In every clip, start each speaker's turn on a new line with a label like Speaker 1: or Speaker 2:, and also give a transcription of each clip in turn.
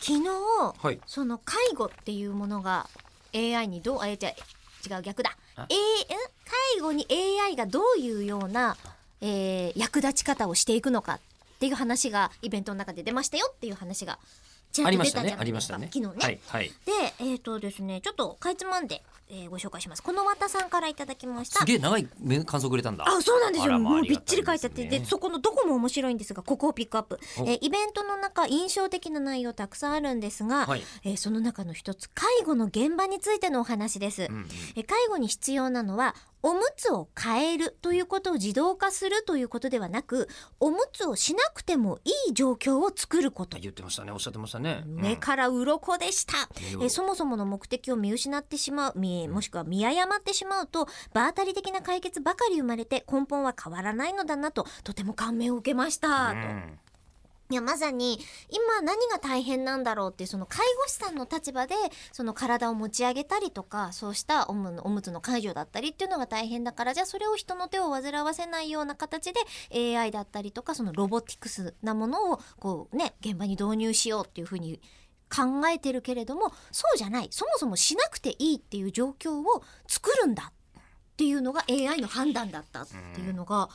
Speaker 1: 昨日、
Speaker 2: はい
Speaker 1: その介護っていうものが AI にどうあ違う違う逆だ、え
Speaker 2: あ
Speaker 1: ー、ん介護に AI がどういうような、えー役立ち方をしていくのかっていう話がイベントの中で出ましたよっていう話がちら
Speaker 2: あ
Speaker 1: っと
Speaker 2: りま
Speaker 1: 出
Speaker 2: した
Speaker 1: たじ
Speaker 2: ね
Speaker 1: ゃ。
Speaker 2: あ
Speaker 1: ない
Speaker 2: りま
Speaker 1: で
Speaker 2: し
Speaker 1: す
Speaker 2: た
Speaker 1: か、
Speaker 2: ね。
Speaker 1: 昨日ね。
Speaker 2: はい。はい。
Speaker 1: でえっ、とですねちょっとかいつまんで、えーご紹介しますこの和田さんからいただきました
Speaker 2: すげえ長いめ感想くれたんだ。
Speaker 1: あ、そうなんです
Speaker 2: あ
Speaker 1: よ。
Speaker 2: らまあ
Speaker 1: もう
Speaker 2: あり
Speaker 1: び
Speaker 2: が
Speaker 1: ったちり書いてあって、
Speaker 2: いです
Speaker 1: で、
Speaker 2: ね
Speaker 1: そこのどこも面白いんですが、ここをピックアップ。え
Speaker 2: お
Speaker 1: ーイベントの中、印象的な内容たくさんあるんですが、
Speaker 2: はい
Speaker 1: えーその中の一つ、介護の現場についてのお話です。
Speaker 2: うんうん
Speaker 1: えー介護に必要なのは、おむつを変えるということを自動化するということではなく、おむつをしなくてもいい状況を作ること
Speaker 2: あ。言ってましたね。おっしゃってましたね。うん
Speaker 1: 目から鱗でした、
Speaker 2: うん
Speaker 1: えーそもそもの目的を見失ってしまう見もしくは見誤ってしまうと場当たり的な解決ばかり生まれて根本は変わらないのだなととても感銘を受けました、
Speaker 2: う
Speaker 1: と
Speaker 2: ん
Speaker 1: いやまさに今何が大変なんだろうっていうその介護士さんの立場でその体を持ち上げたりとかそうしたおむおむつの介助だったりっていうのが大変だからじゃあそれを人の手を煩わせないような形で AI だったりとかそのロボティクスなものをこうね現場に導入しようっていうふうに考えてるけれどもそうじゃないそもそもしなくていいっていう状況を作るんだっていうのが AI の判断だったっていうのが、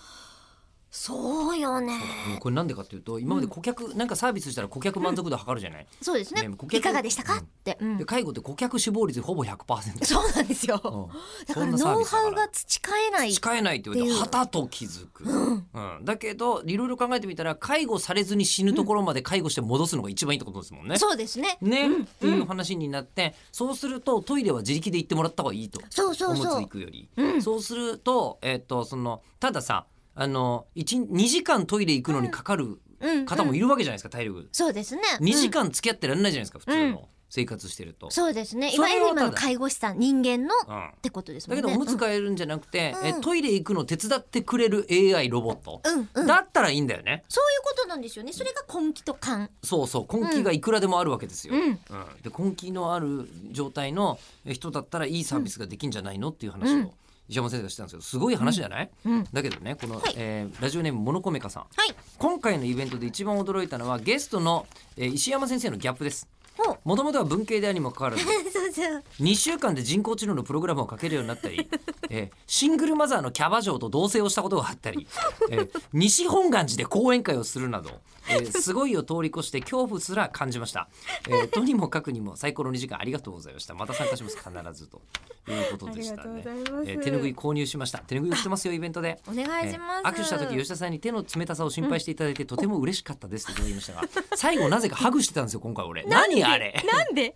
Speaker 1: そうよね。
Speaker 2: うんこれなんでかっていうと今まで顧客なんかサービスしたら顧客満足度測るじゃない。
Speaker 1: そうですね
Speaker 2: ね顧。客
Speaker 1: いかがでしたかって。うん
Speaker 2: で介護って顧客死亡率ほぼ100%。
Speaker 1: そうなんですよ。
Speaker 2: うん
Speaker 1: だから
Speaker 2: そんなサー
Speaker 1: ノウ
Speaker 2: ビスだから
Speaker 1: ハウが培えない。
Speaker 2: 使えないって言われて
Speaker 1: っていう
Speaker 2: はたと気づく、うんだけどいろいろ考えてみたら介護されずに死ぬところまで介護して戻すのが一番いいってことですもんね。
Speaker 1: そうですね。
Speaker 2: ね、っていう話になってそうするとトイレは自力で行ってもらった方がいいと
Speaker 1: そうそうそう
Speaker 2: おむつ行くより、そうすると,、えっとそのたださあの1 2時間トイレ行くのにかかる
Speaker 1: うん
Speaker 2: 方もいるわけじゃないですか、体力
Speaker 1: そうですね。
Speaker 2: 2時
Speaker 1: うん
Speaker 2: 間付き合ってられないじゃないですか普通の生活してると、
Speaker 1: そうですね。い
Speaker 2: そ
Speaker 1: わ
Speaker 2: れ
Speaker 1: ゆ
Speaker 2: は
Speaker 1: る今
Speaker 2: た
Speaker 1: の
Speaker 2: だ
Speaker 1: 介護士さん、人間の
Speaker 2: うん
Speaker 1: ってことですも
Speaker 2: だ
Speaker 1: ん
Speaker 2: け
Speaker 1: ね。
Speaker 2: どおむつ
Speaker 1: うん
Speaker 2: 替えるんじゃなくて、
Speaker 1: うん
Speaker 2: えトイレ行くの手伝ってくれる AI ロボット、
Speaker 1: うんうん
Speaker 2: だったらいいんだよね
Speaker 1: そういうことなんですよね。それが根気と勘。
Speaker 2: そうそう根気がいくらでもあるわけですよ、
Speaker 1: うんうん
Speaker 2: で根気のある状態の人だったらいいサービスができんじゃないのっていう話を、石山先生がしてたんですけどすごい話じゃない、
Speaker 1: うん
Speaker 2: だけどねこの、
Speaker 1: はい
Speaker 2: えーラジオネームモノコメカさん
Speaker 1: はい。
Speaker 2: 今回のイベントで一番驚いたのはゲストの、えー石山先生のギャップです
Speaker 1: ほう。
Speaker 2: もともとは文系であるにもかかわらず
Speaker 1: そうそう。
Speaker 2: 2週間で人工知能のプログラムをかけるようになったり、 えーシングルマザーのキャバ嬢と同棲をしたことがあったり、 えー西本願寺で講演会をするなど、えーすごいを通り越して恐怖すら感じました、えーとにもかくにも最高の2時間ありがとうございましたまた参加します必ずということでしたね
Speaker 1: ありがとうございます
Speaker 2: えー手拭い購入しました手拭い売ってますよイベントで
Speaker 1: お願いします
Speaker 2: えー握手した時吉田さんに手の冷たさを心配していただいて、とても嬉しかったですといただきましたが最後なぜかハグしてたんですよ今回俺何あれ
Speaker 1: なんで